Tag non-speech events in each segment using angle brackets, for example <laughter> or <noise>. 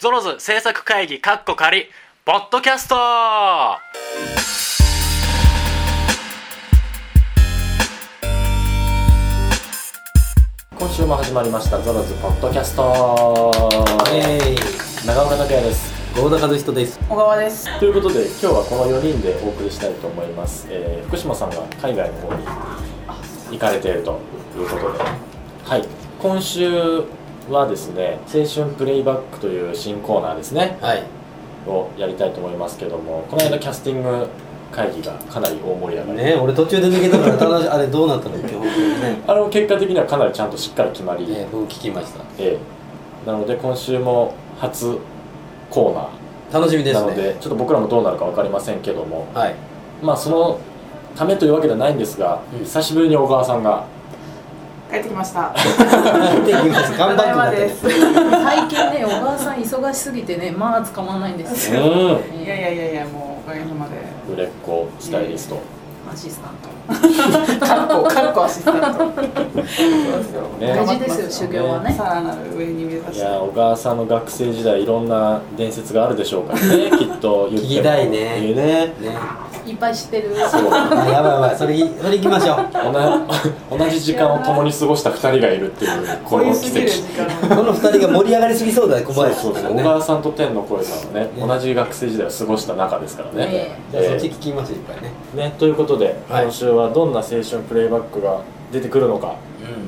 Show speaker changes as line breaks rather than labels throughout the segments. ゾロズ制作会議、かっこ仮、ポッドキャスト
今週も始まりましたゾロズポッドキャスト
えーイ、
長岡拓也です
郷田和人です。
小川です。
ということで今日はこの4人でお送りしたいと思います、えー福島さんが海外の方に行かれているということではい今週はですね青春プレイバックという新コーナーですね
はい。
をやりたいと思いますけどもこの間キャスティング会議がかなり大盛り上がり、
ね、俺途中で抜けたから、ただ、あれどうなったの、今日、ね。
あれも結果的にはかなりちゃんとしっかり決まり、
えー、僕聞きました。
ええなので今週も初コーナー
楽しみで
な
す
の
ね。
でちょっと僕らもどうなるか分かりませんけども
はい。
まあそのためというわけではないんですが、
うん
久しぶりに小川さんが
帰ってきました。
行ってきます。頑張ってなっ
ただいま
て
で
ね。
す。い
最近ねお母さん忙しすぎてねまあ捕まんないんですよ、
う
やいやいやいやもうおかげさまで。
ん売れっ子スタイリスト、
アシスタント
カッコカッコアシスタント。そうですよ
ね
大事ですよ修行はね
さらなる上に目指
い
して。
やー小川さんの学生時代いろんな伝説があるでしょうから
<laughs>
ねきっと言っても
聞きたいね
いいね
ね。
いっぱい知ってる
そう
あ、やばいやばい、それ、それ行きましょう。
同じ同じ時間を共に過ごした2人がいるっていうこの
恋
奇
すぎる
跡
時間
この二人が盛り上がりすぎそうだ、小
そう
林
そうそう
君が
小
ね。
川さんと天の声さんはね
ね
同じ学生時代を過ごした中ですからね
ね
じゃあ、そっち聞きます、いっぱいね。
ね、ということで、
はい
今週はどんな青春プレイバックが出てくるのか
う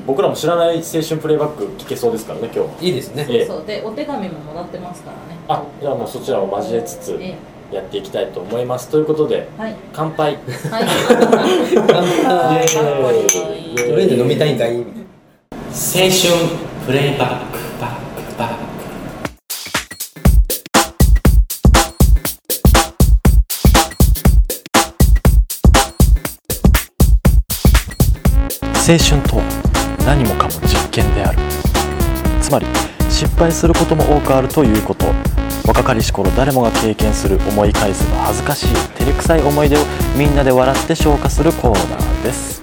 僕らも知らない青春プレイバック聞けそうですからね今日は、
ん。いいですね。
ええ
そうでお手紙ももらってますからね
あじゃあもうそちらを交えつつ
え
やっていきたいと思いますということで
えはい
乾杯
はい
あー
イエーイ
とりあえず飲みたいんかい。みたいな
青春プレイバックバックバック青春とは何もかも実験であるつまり失敗することも多くあるということ若かりし頃誰もが経験する思い返すの恥ずかしい照れくさい思い出をみんなで笑って消化するコーナーです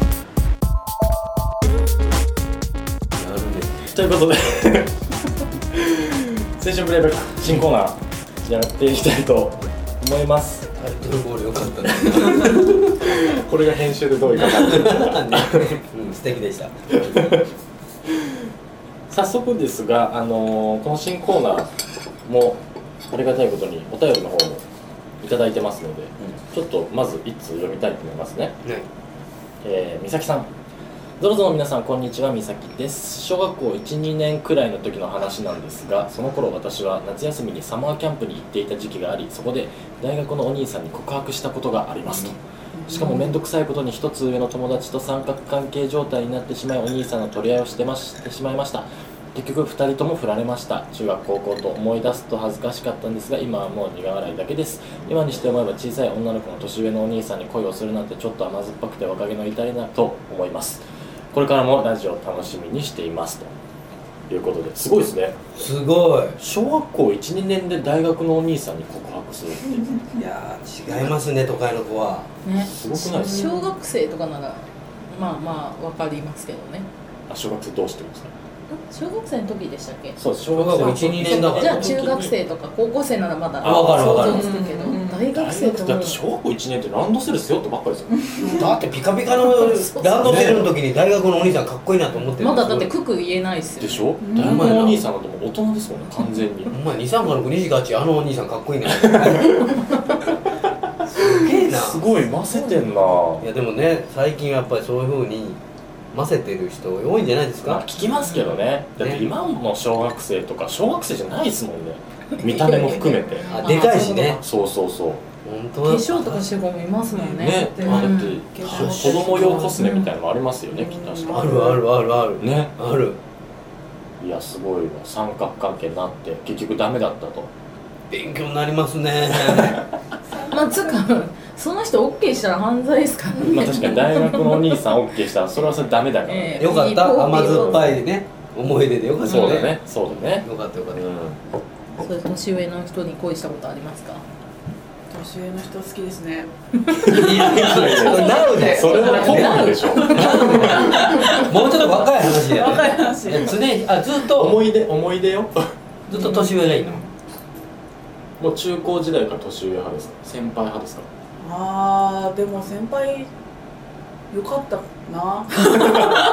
ということで青春プレイバック新コーナーやっていきたいと思います
タイトルボール良かったね。 <laughs>
これが編集でどういうかか
うん、素敵でした。
早速ですが、あのーこの新コーナーもありがたいことにお便りの方もいただいてますので、ちょっとまず一通読みたいと思いますね
ね。
えー、美咲さんゾロゾロの皆さんこんにちは美咲です小学校12年くらいの時の話なんですがその頃私は夏休みにサマーキャンプに行っていた時期がありそこで大学のお兄さんに告白したことがありますと、しかも面倒くさいことに一つ上の友達と三角関係状態になってしまいお兄さんの取り合いをしてましてしまいました結局2人とも振られました中学高校と思い出すと恥ずかしかったんですが今はもう苦笑いだけです今にして思えば小さい女の子の年上のお兄さんに恋をするなんてちょっと甘酸っぱくて若気の至りなと思いますこれからもラジオを楽しみにしていますということですごいですね
すごい。
小学校12年で大学のお兄さんに告白するって
いやー、違いますね、都会の子は。
ね
すごくないですか
小学生とかならまあまあわかりますけどねん
<laughs> あ小学生どうしてるんですか
小学生の時でしたっけ
そうです
小学校1、2年だから。
じゃあ中学生とか高校生ならまだ
あわかるわ
か
想
る
像つくけど
うん
大
大
学生
学
とか
だって小学校1年ってランドセル背負ってばっかりですよ
だってピカピカのランドセルの時に大学のお兄さんかっこいいなと思ってる
まだだってクク言えないっすよ
でしょ
ん
大学のお兄さんだともう大人ですもんね完全に
お前235628あのお兄さんかっこいいなすげえな
すごい混ぜてんない
やでもね最近はやっぱりそういうふうに混ぜてる人多いんじゃないです
まあ
か
聞きますけどねだって
ね
今の小学生とか小学生じゃないですもんね見た目も含めて
あでかいしね
そうそうそう
本当
化粧とかしてる子もいますもんね
ね
うん
あだって
化
子
粧
供用コスメみたいなのもありますよねきっと確
あ
か
るあるあるある
ね
ある
いやすごいわ三角関係になって結局ダメだったと
勉強になります
<laughs>
ね
まあつうかその人オッケーしたら犯罪ですからね、
まあ確かに大学のお兄さん OK したらそれはそれダメだからね
え
よかった甘酸っぱ
い
いね思い出でよかったね
そうだねそうだね
よかったよか
う
っ
ん
それ年上の人に恋したことありますか
年上の人好きですね。
たいやいやこれなおで
それはコップでしょ
もうちょっと若い話だよね
若い話。
いや常にあずっと
思い出思い出よ
ずっと年上がいいの
もう中高時代から年上派ですか先輩派ですか
あーでも先輩よかったな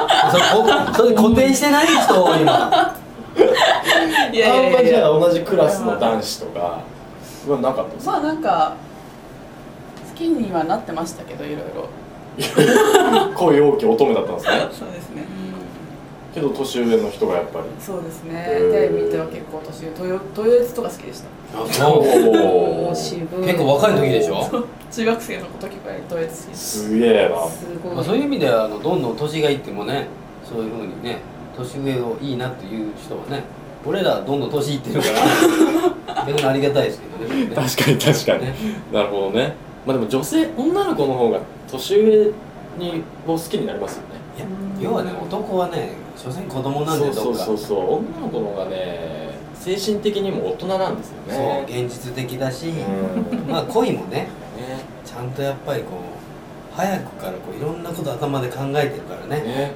それ固定してない <laughs> 人今
い
あんまじゃあ同じクラスの男子とかはなかったです
まあなんか好きにはなってましたけどいろいろ
恋多き乙女だったんですね
そうですね
けど年上の人がやっぱり
そうですね
へー
テレビ見ては結構年上豊豊悦とか好きでした
<laughs>
おー渋い
結構若い時でしょ、
中学生の時くらい豊悦好きでし
すげえな
す
ま
ご
あ、
い
そういう意味ではあのどんどん年がいってもねそういうふうにね年上をいいなっていう人はね俺らどんどん年いってる <laughs> から逆にありがたいですけどねね
確かに確かに
ね
<laughs> なるほどねまあでも女性女の子の方が年上にを好きになりますよね
いや要はね男はね所詮子供なん
そ
でど
う
っか
そうそうそう女の子の方がね精神的にも大人なんですよね
そう現実的だし、
うん
まあ恋もね
ね
ちゃんとやっぱりこう早くからこういろんなこと頭で考えてるからね
ね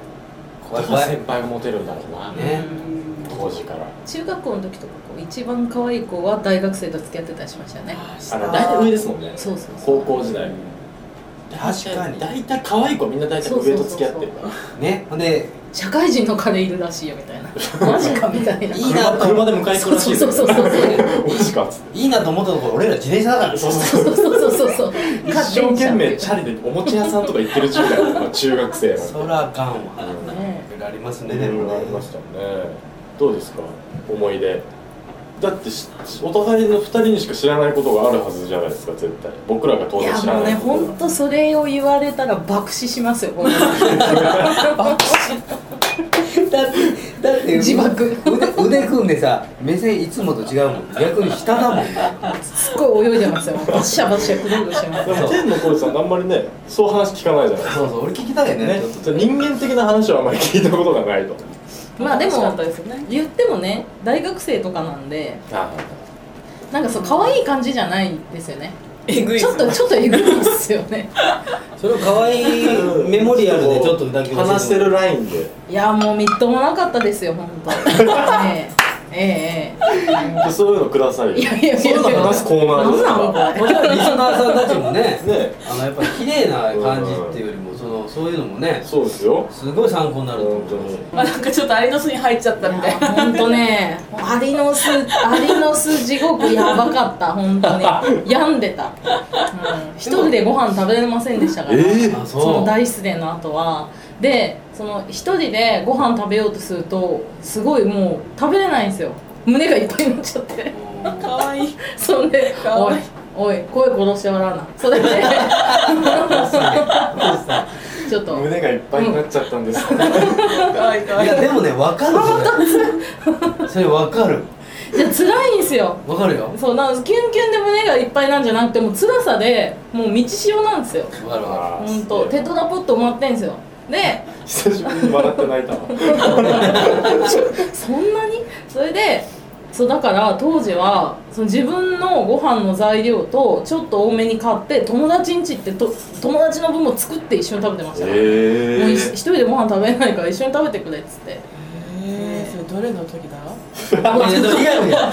怖
だ
い
から
怖い
先輩がモテるんだろうな、
た
ね
う
当
ん
時から
中学校の時とかこう一番可愛い子は大学生と付き合ってたりしましたよね
あの大体上ですもんね
そうそうそう
高校時代
確かに
大体可愛い子はみんな大体上と付き合ってるから
ねほんで
社会人の彼いるらしいよみたい
<laughs>
なマジかみたいない
いなと
車で迎えに行くらしい
そうそうそうそう
マジかっつって
いいなと思ったところ俺ら自転車だから
そうそう
そうそうそうそうそう
一生懸命チャリでおもちゃ屋さんとか行ってる時代の中学生なん
そらあかんわ
うん
ね
いろいろありますね
ね、
で
で
も
も
ね
ありましたねどうですか思い出だってしお互いの2人にしか知らないことがあるはずじゃないですか絶対僕らが当
い
然
や
知ら
もう
な
ね
いこと
本当それを言われたら爆死しますよ
<laughs>
これ
だってだ <laughs> って
自
<laughs>
爆
腕腕組んでさ目線いつもと違うもん逆に下だもんね
すっごい泳いでますよバッシャバッシャくるくるしてます
でも天の声さんあんまりねそう話聞かないじゃないです
そうそう俺聞きたい
か
ね
ね
ちょっと
ちょっと人間的な話はあんまり聞いたことがないと
まあで
楽しかっ
も
たですよね
言ってもね大学生とかなんで
あ
なんかそう可愛い感じじゃないんですよね
えぐい
ちょっとちょっとえぐいですよね
それを可愛いメモリアルでちょっとだけ教えもらう
話してるラインで
いやもうみっともなかったですよ本当えええ
そういうのくださいよ
いやいやいや
そういうの話すコーナーですから
<laughs> もちろんリスナーさんたちもね
ね
あのやっぱり綺麗な感じっていうよりもそのそういうのもね
そうですよ
すごい参考になると思う
本当に
あなんかちょっとアリの巣に入っちゃっ
え
たみたい
いや本当ねアリノスアリノス地獄やばかった本当に病んでた、うん、一人でご飯食べれませんでしたから、
あ
そ
そう
の大失恋の後はでその一人でご飯食べようとするとすごいもう食べれないんですよ胸がいっぱいになっちゃって
なかわいい
そんで「
か
お
わ
い
いい
おい声殺して笑うな」そ <laughs> れでちょっと
胸がいっぱいになっちゃったんです <laughs> けど
かわいいかわ
い
いい
やでもね分かるそれそれ分かる
じゃ辛いんですよ
分かるよ
そうなんキュンキュンで胸がいっぱいなんじゃなくてもう辛さでもう道しおなんですよ
分かる分か
あー
ほんとテトラポット埋まってんですよで
久しぶりに笑って泣いたわ
そんなにそれでそうだから当時はその自分のご飯の材料とちょっと多めに買って友達ん家行ってと友達の分も作って一緒に食べてましたから、もうい一人でご飯食べれないから一緒に食べてくれっつって
えーそれどれの時だ
るいやでもリアルや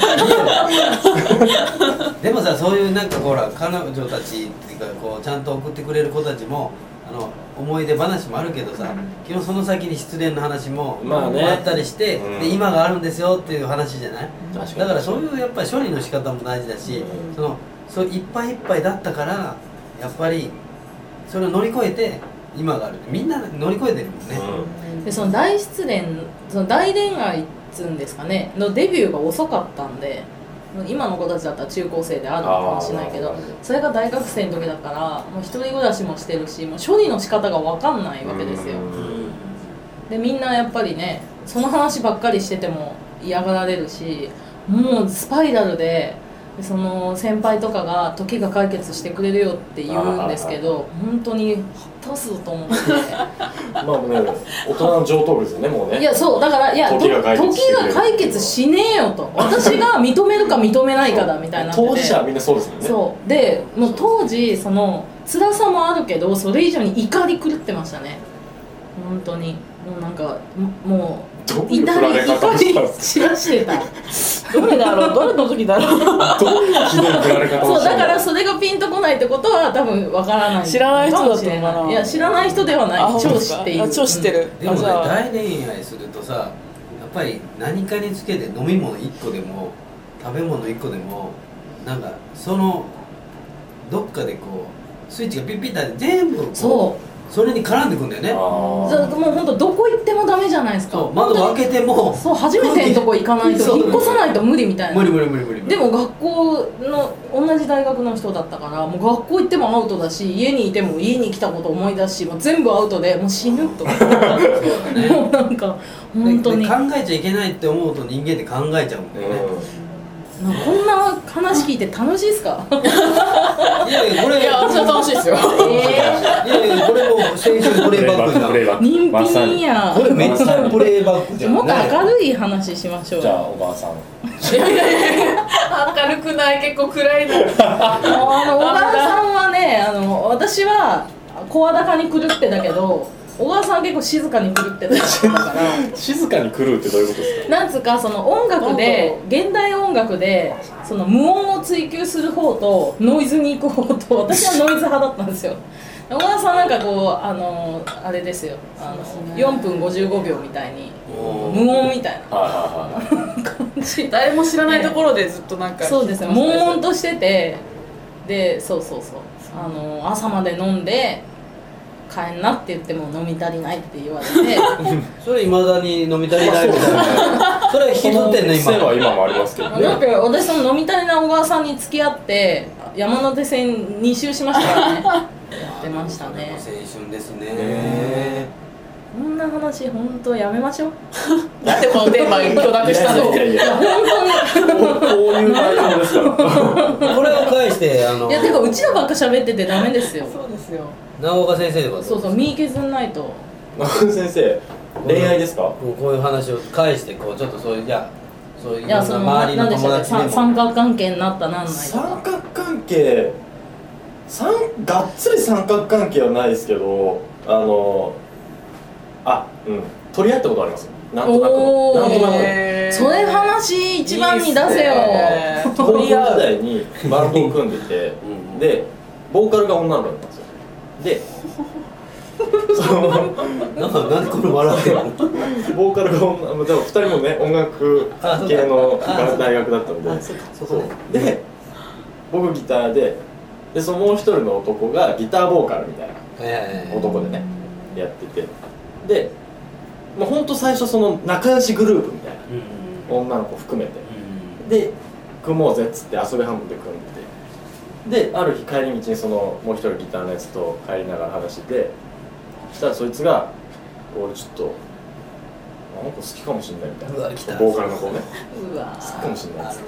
リアルでもさそういうなんかほら彼女たちっていうかこうちゃんと送ってくれる子たちもあの思い出話もあるけどさ昨日その先に失恋の話も
まあね
ったりして、
うん
で今があるんですよっていう話じゃない
確か
だ
に
からそういうやっぱり処理の仕方も大事だし、そのそういっぱいいっぱいだったからやっぱりそれを乗り越えて今があるみんな乗り越えてるもんね、
でその大失恋その大恋愛っつうんですかねのデビューが遅かったんで今の子たちだったら中高生であるのかもしれないけ
あ
ど
ーなるほど
それが大学生の時だからもう一人暮らしもしてるしもう処理の仕方が分かんないわけですよ
うん
でみんなやっぱりねその話ばっかりしてても嫌がられるしもうスパイラルでその先輩とかが時が解決してくれるよって言うんですけど本当に果たすと思って。
まあね大人の上等部ですよねもうね
いやそうだからいやと
時
時
が
が
解決してくれる
解決しねえよと私が認めるか認めないかだみたいになってて
当事者はみんなそうですよね
そうでもう当時その辛さもあるけどそれ以上に怒り狂ってましたね本当にもうなんかももう
どうい
イ
う
タ
振
リ
られ方
ア
したんで
に
す
散らしてた
どれだろうどれの時だろう
かどういうひどい振られ方
そ
を
う
した
だ
ん
から
ですか
それがピンとこないってことは多分わからない
知らない人だと思うない
や知らない人ではない
あ本当
超
で
知
す
っ
か
ている
あ超知ってる、
でも
あ
ね
じゃあ
大恋愛するとさやっぱり何かにつけて飲み物1個でも食べ物1個でもなんかそのどっかでこうスイッチがピッピッて全部こう
そ
それに絡んでくんだよね
うじゃあもう本当どこ行ってもダメじゃないですか
そう窓を開けても
そう初めてのとこ行かない
そ
と
う
引っ越さないと無理みたい
無理
な
無理無理無理無理
でも学校の同じ大学の人だったからもう学校行ってもアウトだし家にいても家に来たこと思い出すしもう全部アウトでもう死ぬと思った
そうだね
もうなんか本当に
でで考えちゃいけないって思うと人間って考えちゃうんだよね、
なんかこんな話聞いて楽しいですか
いやいやこれ
いや私は楽しいですよ
いやいやこれもう先週プレイバックじゃん
プレイバック
人
まさ
品
に
や
これめっちゃプレイバックじゃん
もっと明
い
るい話しましょう
じゃあ小川さん
明るくない結構暗いの
もうあの小川さんはねあの私は声高に狂ってたけど小川さんは結構静かに狂ってた人だから
静かに狂うってどういうことです
なんつうかその音楽で現代音楽でその無音を追求する方とノイズに行く方と私はノイズ派だったんですよ小川さんなんかこうあのあれですよあの
そうですね
4分55秒みたいに無音みたい
はいはいはい
な感じ
誰も知らないところでずっとなんか
そう <laughs> ですね悶々
と
としててでそうそうそうあの朝まで飲んで帰んなって言っても飲み足りないって言われて
それいまだに飲み足りないみたいなそれ引き取ってんの
か癖は
今
今もありますけどね
なんか私その飲み足りない小川さんに付き合って山手線2周しましたからねやってましたね
青春ですね
ね
こんな話本当やめましょう
だってこのテーマ許諾したの
いやいやいや
本当に
こういう内容ですから
これを返してあの
いやてかうちらばっか喋っててダメですよ
そうですよ
長岡先生とか
そうそう身削んないと
中村先生恋愛ですか
こうこういう話を返してこうちょっとそういういやそういう
いやその
周り
な
の
んでしょ
友
う
達
ね
で
さ
も
ん三角関係になったなんないと
三
か
角関係三がっつり三角関係はないですけどあのあうん取り合ったことありますよなんとな
お
く
ー
なんとなく
へー
それ話一番に出せよ
いいっすね
高校時代にバンドを組んでて
うんうん
でボーカルが女の子だったんですよでその
なんかなんでこれ笑 <laughs> ってるの
ボーカルが女でも2人も
<laughs>
ね音楽系の大学だったので
そう
そ
そう
で僕ギターででそのもう一人の男がギターボーカルみたいな
はいはいはい
男でねやっててでもうほんと最初その仲良しグループみたいな
うんうん
女の子含めてで組もうぜっつって遊び半分で組んでてである日帰り道にそのもう一人ギターのやつと帰りながら話しててそしたらそいつが「俺ちょっとあの子好きかもしんない」みたいう
わ来た
なボーカルの子ね
うわ
好きかもしん <laughs> ないっつって
ね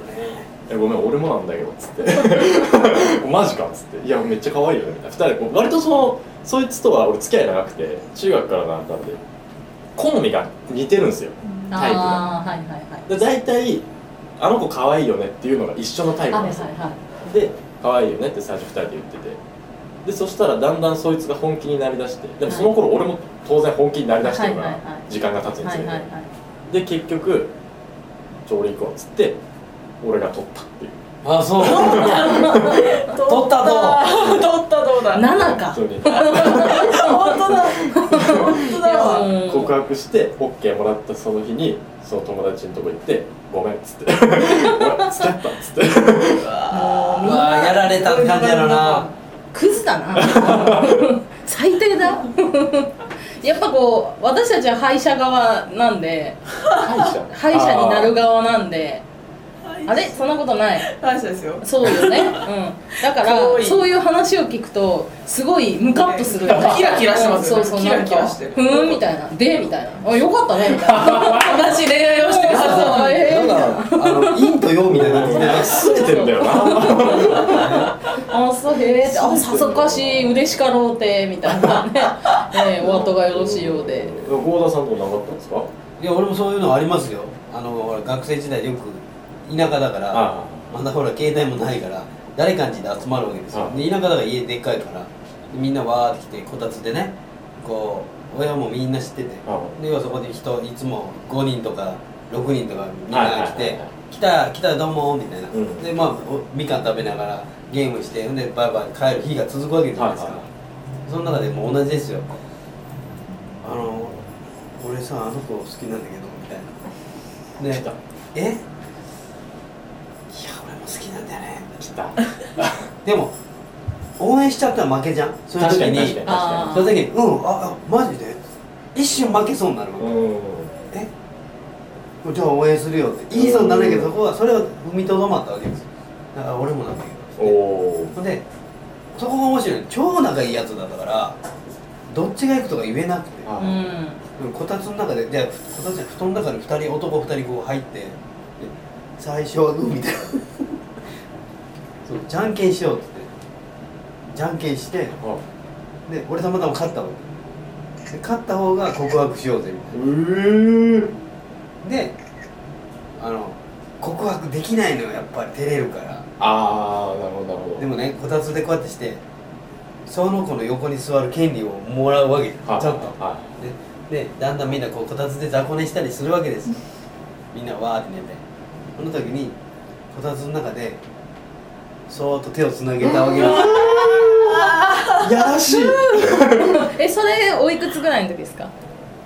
えごめん俺もなんだけど」っつって「 <laughs> マジか」っつって「いやめっちゃ可愛いよね」みたいな2人でこう割とそのそいつとは俺付き合い長くて中学からなんだんで好みが似てるんですよタイプが
ああーはいはいは
で
い
大体「あの子可愛いよね」っていうのが一緒のタイプ
あ
なん
はい
で
はい
すよ
はい
で可愛いよねって最初2人で言っててでそしたらだんだんそいつが本気になりだしてでもその頃俺も当然本気になりだしてるか
はい
ら
はいはい
時間が経つにつ
は
れ
いはい
て
はい
で結局「ちょ俺行こう」っつって俺が取ったっていう
あそう取った
取ったどうだ
7か
本当に
<laughs>
本当だ本当だわ
いやもう
告白して OK もらったその日にその友達のとこ行って「ごめん」っつ
<laughs>
って「俺付き合った」っつって
うわやられたって感じやろな
クズだな <laughs> 最低だやっぱこう私たちは敗者側なんで
敗者
敗者になる側なんであれそんなことない
感謝ですよ
そうよね、うん、だ
可
から
愛い
そういう話を聞くとすごいムカッとするよね
<laughs> キラキラしてますよ
う
ね
んそうそう
キラキラ
なんか
してる
ふーんみたいなでみたいなあよかったね
<laughs>
みたいな
私恋愛をしてるはずなのに
えー
なんかあの陰と陽みたいな感じで
なんかすれてるんだよな
あそうへえってあさぞかし嬉しかろうてみたいなねねお後がよろしいようで
郷田さんとかなかったんですか
いや俺もそういうのありますよあのほら学生時代よく田舎だから
あ
まだほら携帯もないから誰かんちで集まるわけですよ
ああ
で田舎だから家でっかいからみんなわーって来てこたつでねこう親もみんな知ってて
う
で要はそこで人いつも5人とか6人とかみんな来
はいはいはい
て
はい
「来た来たどうも」みたいな、
うん
でまあおみかん食べながらゲームしてほんでバイバイ帰る日が続くわけじゃないですか、
はいはい
その中でもう同じですよあの俺さあの子好きなんだけどみたいな
来た
えいや俺も好きなんだよね
来た
でも応援しちゃったら負けじゃんそういう
確
時
かに
に
確かに確
あ
か
ー
その時に「うんああマジで?」一瞬負けそうになるの、
にうん
えじゃあ応援するよって言いそうになるけど、そこはそれを踏みとどまったわけですよだから俺もなんだけ
お
ど
お
ほんでそこが面白い超仲いいやつだったからどっちが行くとか言えなくて
う
は
ん
でもこたつの中でじゃあこたつじゃない布団の中に2人男2人こう入ってで最初はグーみたいな <laughs> そうじゃんけんしようって言ってじゃんけんして
いは
で俺たまたま勝ったわけで勝った方が告白しようぜみたいな
いうー
であの告白できないのよやっぱり照れるから
ああなるほどなるほど
でもねこたつでこうやってしてその子の横に座る権利をもらうわけちょ
は
っ
い
と
は
ででだんだんみんなこうこたつで雑魚寝したりするわけですよみんなわーって寝てその時にこたつの中でそーっと手をつなげたわけです
いやらしい
<laughs> えそれおいくつぐらいの時ですか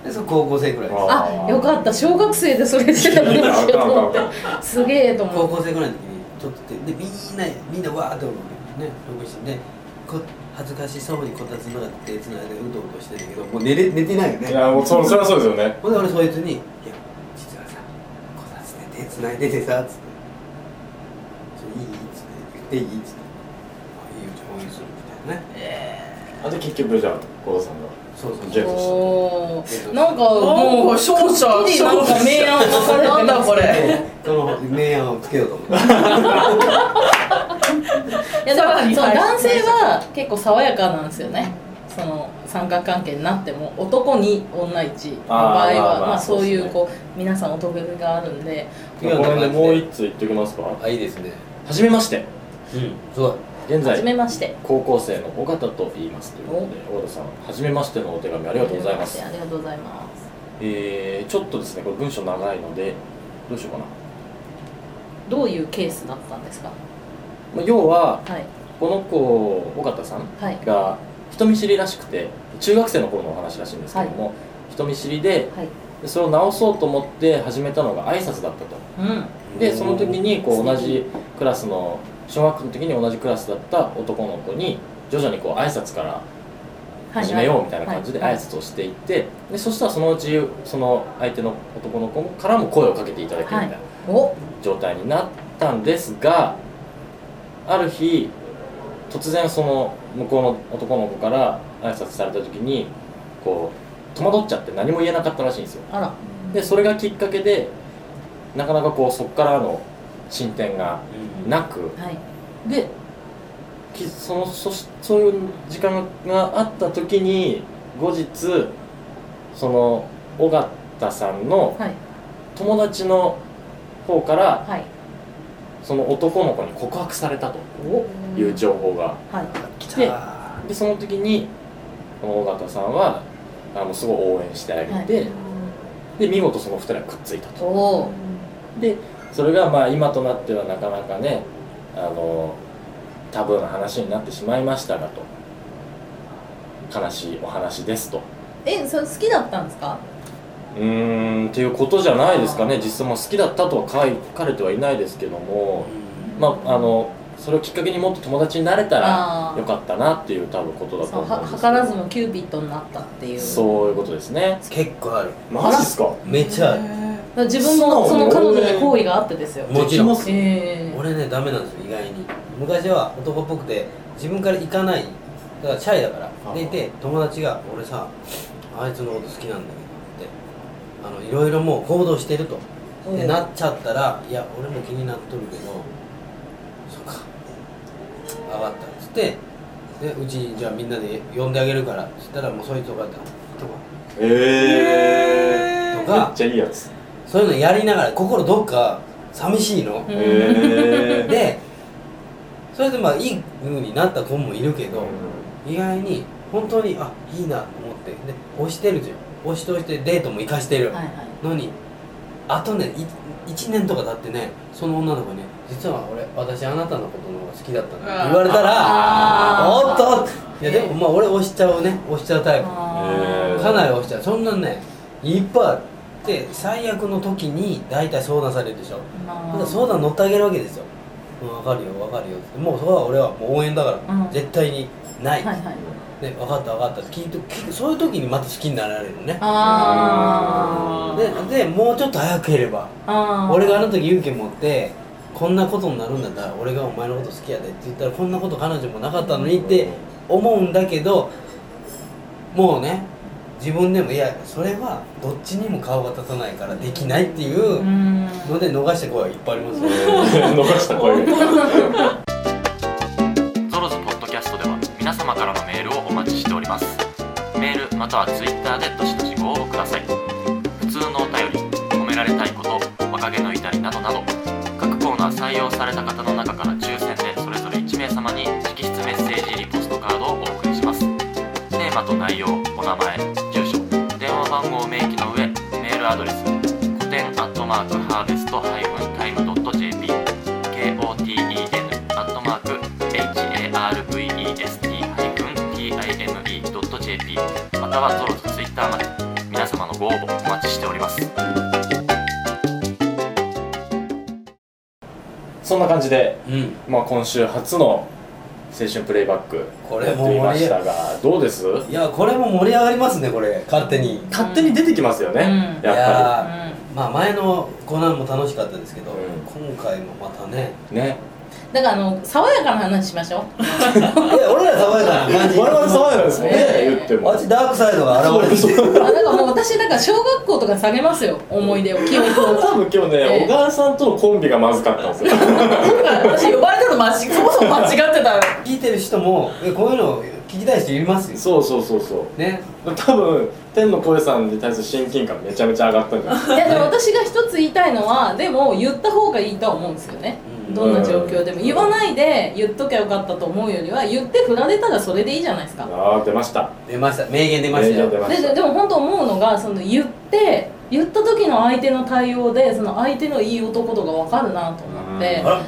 でそれ高校生くらいです
あよかった小学生でそれしてたのどうしようと思ってすげえと思
高
って
校生ぐらいの時に撮っててでみんなみんなわーって思うね録音してでこ恥ずかしそうにこたつの中で手つないでうとうとしてるけどもう寝れ寝てないよ
い
ね
やもうそそれはそうですよね
ほんで俺そいつに「いや実はさこたつで手つないでてさ」っつって「それいい?」っつって「言っていい?」っつって「あいいよじゃあ応援する」みたいなね
あで結局じゃあ郷田さんが
そうそう
じゃあ
おーなんかもう
なんか勝者
くっきりなんか明暗分かれてます
なんだ
<laughs>
これ
でその明暗をつけようと思って
いやで
さら
も
に
そう
はい
男性は結構爽やかなんですよねその三角関係になっても男に女一の場合
あーま
は
あまあ
まあそう
そう
いう
ですね
こう皆さんお得意があるんで
この辺でもう一つ言っておきますか
あいいですね
はじめまして
うんすごい
現
初め
在
まして
高校生の尾形と言いますということで尾形さんはじめましてのお手紙ありがとうございます
ありがとうございます
えー、ちょっとですねこれ文章長いのでどうしようかな、
どういうケースだったんですか
まあ、要は
はい
この子尾形さん
はい
が人見知りらしくて中学生の頃のお話らしいんですけども、人見知りで
はい
でそれを直そうと思って始めたのが挨拶だったと
うん
でその時にこ
素
う
敵
同じクラスの小学校の時に同じクラスだった男の子に徐々にこう挨拶から始めようみたいな感じで挨拶をしていってでそしたらそのうちその相手の男の子からも声をかけていただけるみたいな
お
状態になったんですがある日突然その向こうの男の子から挨拶された時にこう戸惑っちゃって何も言えなかったらしいんですよ
あら
でそれがきっかけでなかなかこうそこからの進展がなく
はい
できそのそしそういう時間があった時に後日その尾形さんの
はい
友達の方から
はい
その男の子に告白されたと
お
いう情報が
はい
来
で
た
でその時にこの尾形さんはあのすごい応援してあげて、で見事その2人はくっついたと
おお
でそれがまあ今となってはなかなかねあのタブーな話になってしまいましたがと悲しいお話ですと
えそれ好きだったんですか
うーんっていうことじゃないですかね実際もう好きだったとは書い書かれてはいないですけどもまああのそれをきっかけにもっと友達になれたら
あー
よかったなっていう多分ことだと
そう
思うん
は
です
図らずもキューピッドになったっていう
そういうことですね
結構ある
マジっすか
めっちゃある
へ
だから自分もそ
素直
の
に
彼女に好意があってですよ
もちろん
できます
ええ
俺ねダメなんですよ意外に昔は男っぽくて自分から行かないだからシャイだから
あ
でいて友達が「俺さあいつのこと好きなんだけど」ってあのいろいろもう行動してると
うん
でなっちゃったら「いや俺も気になっとるけどそうか分かった」っつってでうちじゃあみんなで呼んであげるからっつったらもうそいつとかってとか
へえ
と
めっ
か
ちゃいいやつ
そういうのやりながら心どっか寂しいの、
うん
へえ
でそれでまあいい風になった子もいるけど、意外に本当にあいいなと思ってで押してるじゃん押して押してデートも生かしてる、
はいはい
のにあとね1年とか経ってねその女の子に「実は俺私あなたのことの方が好きだったの」って言われたら「
あー
おっと!」いやでもまあ俺押しちゃうね押しちゃうタイプ
あー
かなり押しちゃうそんなんねいっぱいあって最悪の時に大体相談されるでしょ
ま
ほんなら相談乗ってあげるわけですよ「うん、分かるよ分かるよ」ってもうそこは俺はもう応援だから、
うん
絶対にない、
はいはい
ね、分かった分かったって聞いて聞くそういう時にまた好きになられるのね
あー
ででもうちょっと早ければ
あー
俺があの時勇気持ってこんなことになるんだったら俺がお前のこと好きやでって言ったらこんなこと彼女もなかったのにって思うんだけどもうね自分でもいやそれはどっちにも顔が立たないからできないっていうう
ーん
ので逃した声はいっぱいありますよ
逃した声が
ゾロズポッドキャストでは皆様からのメールをお待ちしておりますメールまたはツイッターでどしどしご応募ください普通のお便り褒められたいこと若気の至りなどなど各コーナー採用された方の中から抽選でそれぞれ1名様に直筆メッセージ入りポストカードをお送りしますテーマと内容お名前住所電話番号を明記の上メールアドレス古典アットマークハーベストハイフンタイムドット JP KOTEN アットマーク harvest-time.jp またはゾロとツイッターまで皆様のご応募お待ちしております
そんな感じで、
うん
まあ、今週初の青春プレイバック
こ
や
れ
ってみ
も
ま
盛
し
り上が
たがどうです
いやこれも盛り上がりますねこれ勝手に
勝手に出てきますよね、
う
い
ん
やっ
やーまあ前のコーナーも楽しかったですけど、
う
今回もまたね
ぱりね
だからあの爽やかな話しましょう
いや俺ら爽やかな感じ
我々爽やかですもんね
ええ
言っても
あっちダークサイドが現れてきて
あだからもう私だから小学校とか下げますよ思い出を記憶を
多分今日ね、
ええ
小川さんとのコンビがまずかったん <laughs> ですよ
私呼ばれたの間違そもそも間違ってた
聞いてる人もえこういうの聞きたい人いますよ
そうそうそうそう
ね
多分天の声さんに対する親近感めちゃめちゃ上がったんじゃない
いやでも私が一つ言いたいのはでも言った方がいいとは思うんですよね
うん
どんな状況でも言わないで言っときゃよかったと思うよりは言って振られたらそれでいいじゃないですか
ああ出ました
出ました名言出ました
名言出
よ
ま
で
した
ででも本当思うのがその言って言った時の相手の対応でその相手のいい男とか分かるなと思って
あら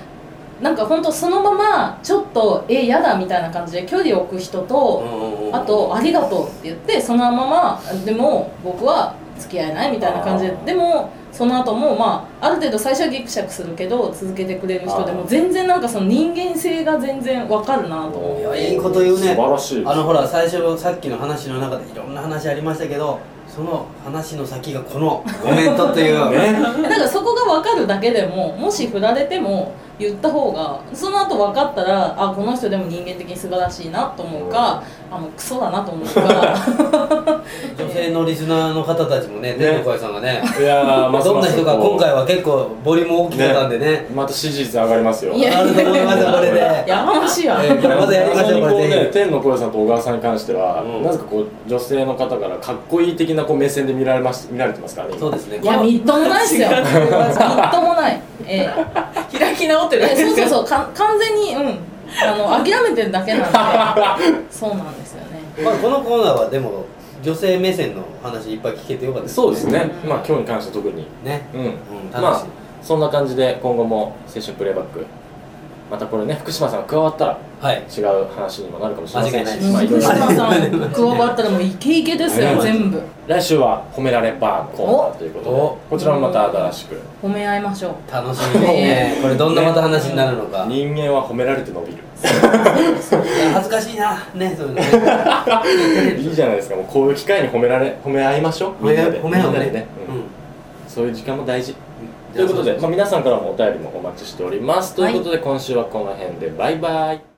なんか本当そのままちょっとえ嫌だみたいな感じで距離を置く人と、あと「ありがとう」って言ってそのままでも僕は付き合えないみたいな感じで
あー
でもその後もまあある程度最初はギクシャクするけど続けてくれる人で
あ
も
ー
全然なんかその人間性が全然わかるなと
いやいいこと言うね
素晴らしい
あのほら最初のさっきの話の中でいろんな話ありましたけどその話の先がこのコメントっていう
ね
えだからそこがわかるだけでももし振られても言った方がその後分かったらあこの人でも人間的に素晴らしいなと思うかあもうクソだなと思うか
<laughs>
女性のリスナーの方たちもね天の声さんがね
いやーますます
どんな人か
こう
今回は結構ボリューム大きかったんでね
また支持率上がりますよ
いや
あると思いますよこれで
やかましいわ
えーこれまたやりましょう
本
こ
当にこう
れ
ね
ぜひ
天の声さんと小川さんに関しては、
うん
なぜかこう女性の方からかっこいい的なこう目線で見られまし見られてますからね
そうですね
いやみっともないっすよみっともないええ
開き直ってる
えそうそうそうか完全にうんあの諦めてるだけなん
<laughs>
でそうなんですよね
まあこのコーナーはでも女性目線の話いっぱい聞けてよかった
そうですね
うん
まあ今日に関しては特に
ね
うん、
うん
ま
楽し
あそんな感じで今後も青春プレイバックまたこれね福島さんが加わったら
いはい
違う話にもなるかもしれません
間違いな
<laughs>
い
し、まあ、いろ
福
いろ
島
あ
さん加わったらもうイケイケですよ全部
来週は褒められバーのコーナーということで
お
こちらもまた新しく
褒め合いましょう
楽しみですねこれどんなまた話になるのか、
人間は褒められて伸びる
恥ずかしいなねそういうのね
いいじゃないですかもうこういう機会に褒められ褒め合いましょう
褒め
で
褒
<laughs>
め
み
よ
ん
う
な
ね
でね、
う
うん
ん
そういう時間も大事ということで、まあ、皆さんからもお便りもお待ちしておりますということで今週はこの辺でバイバイ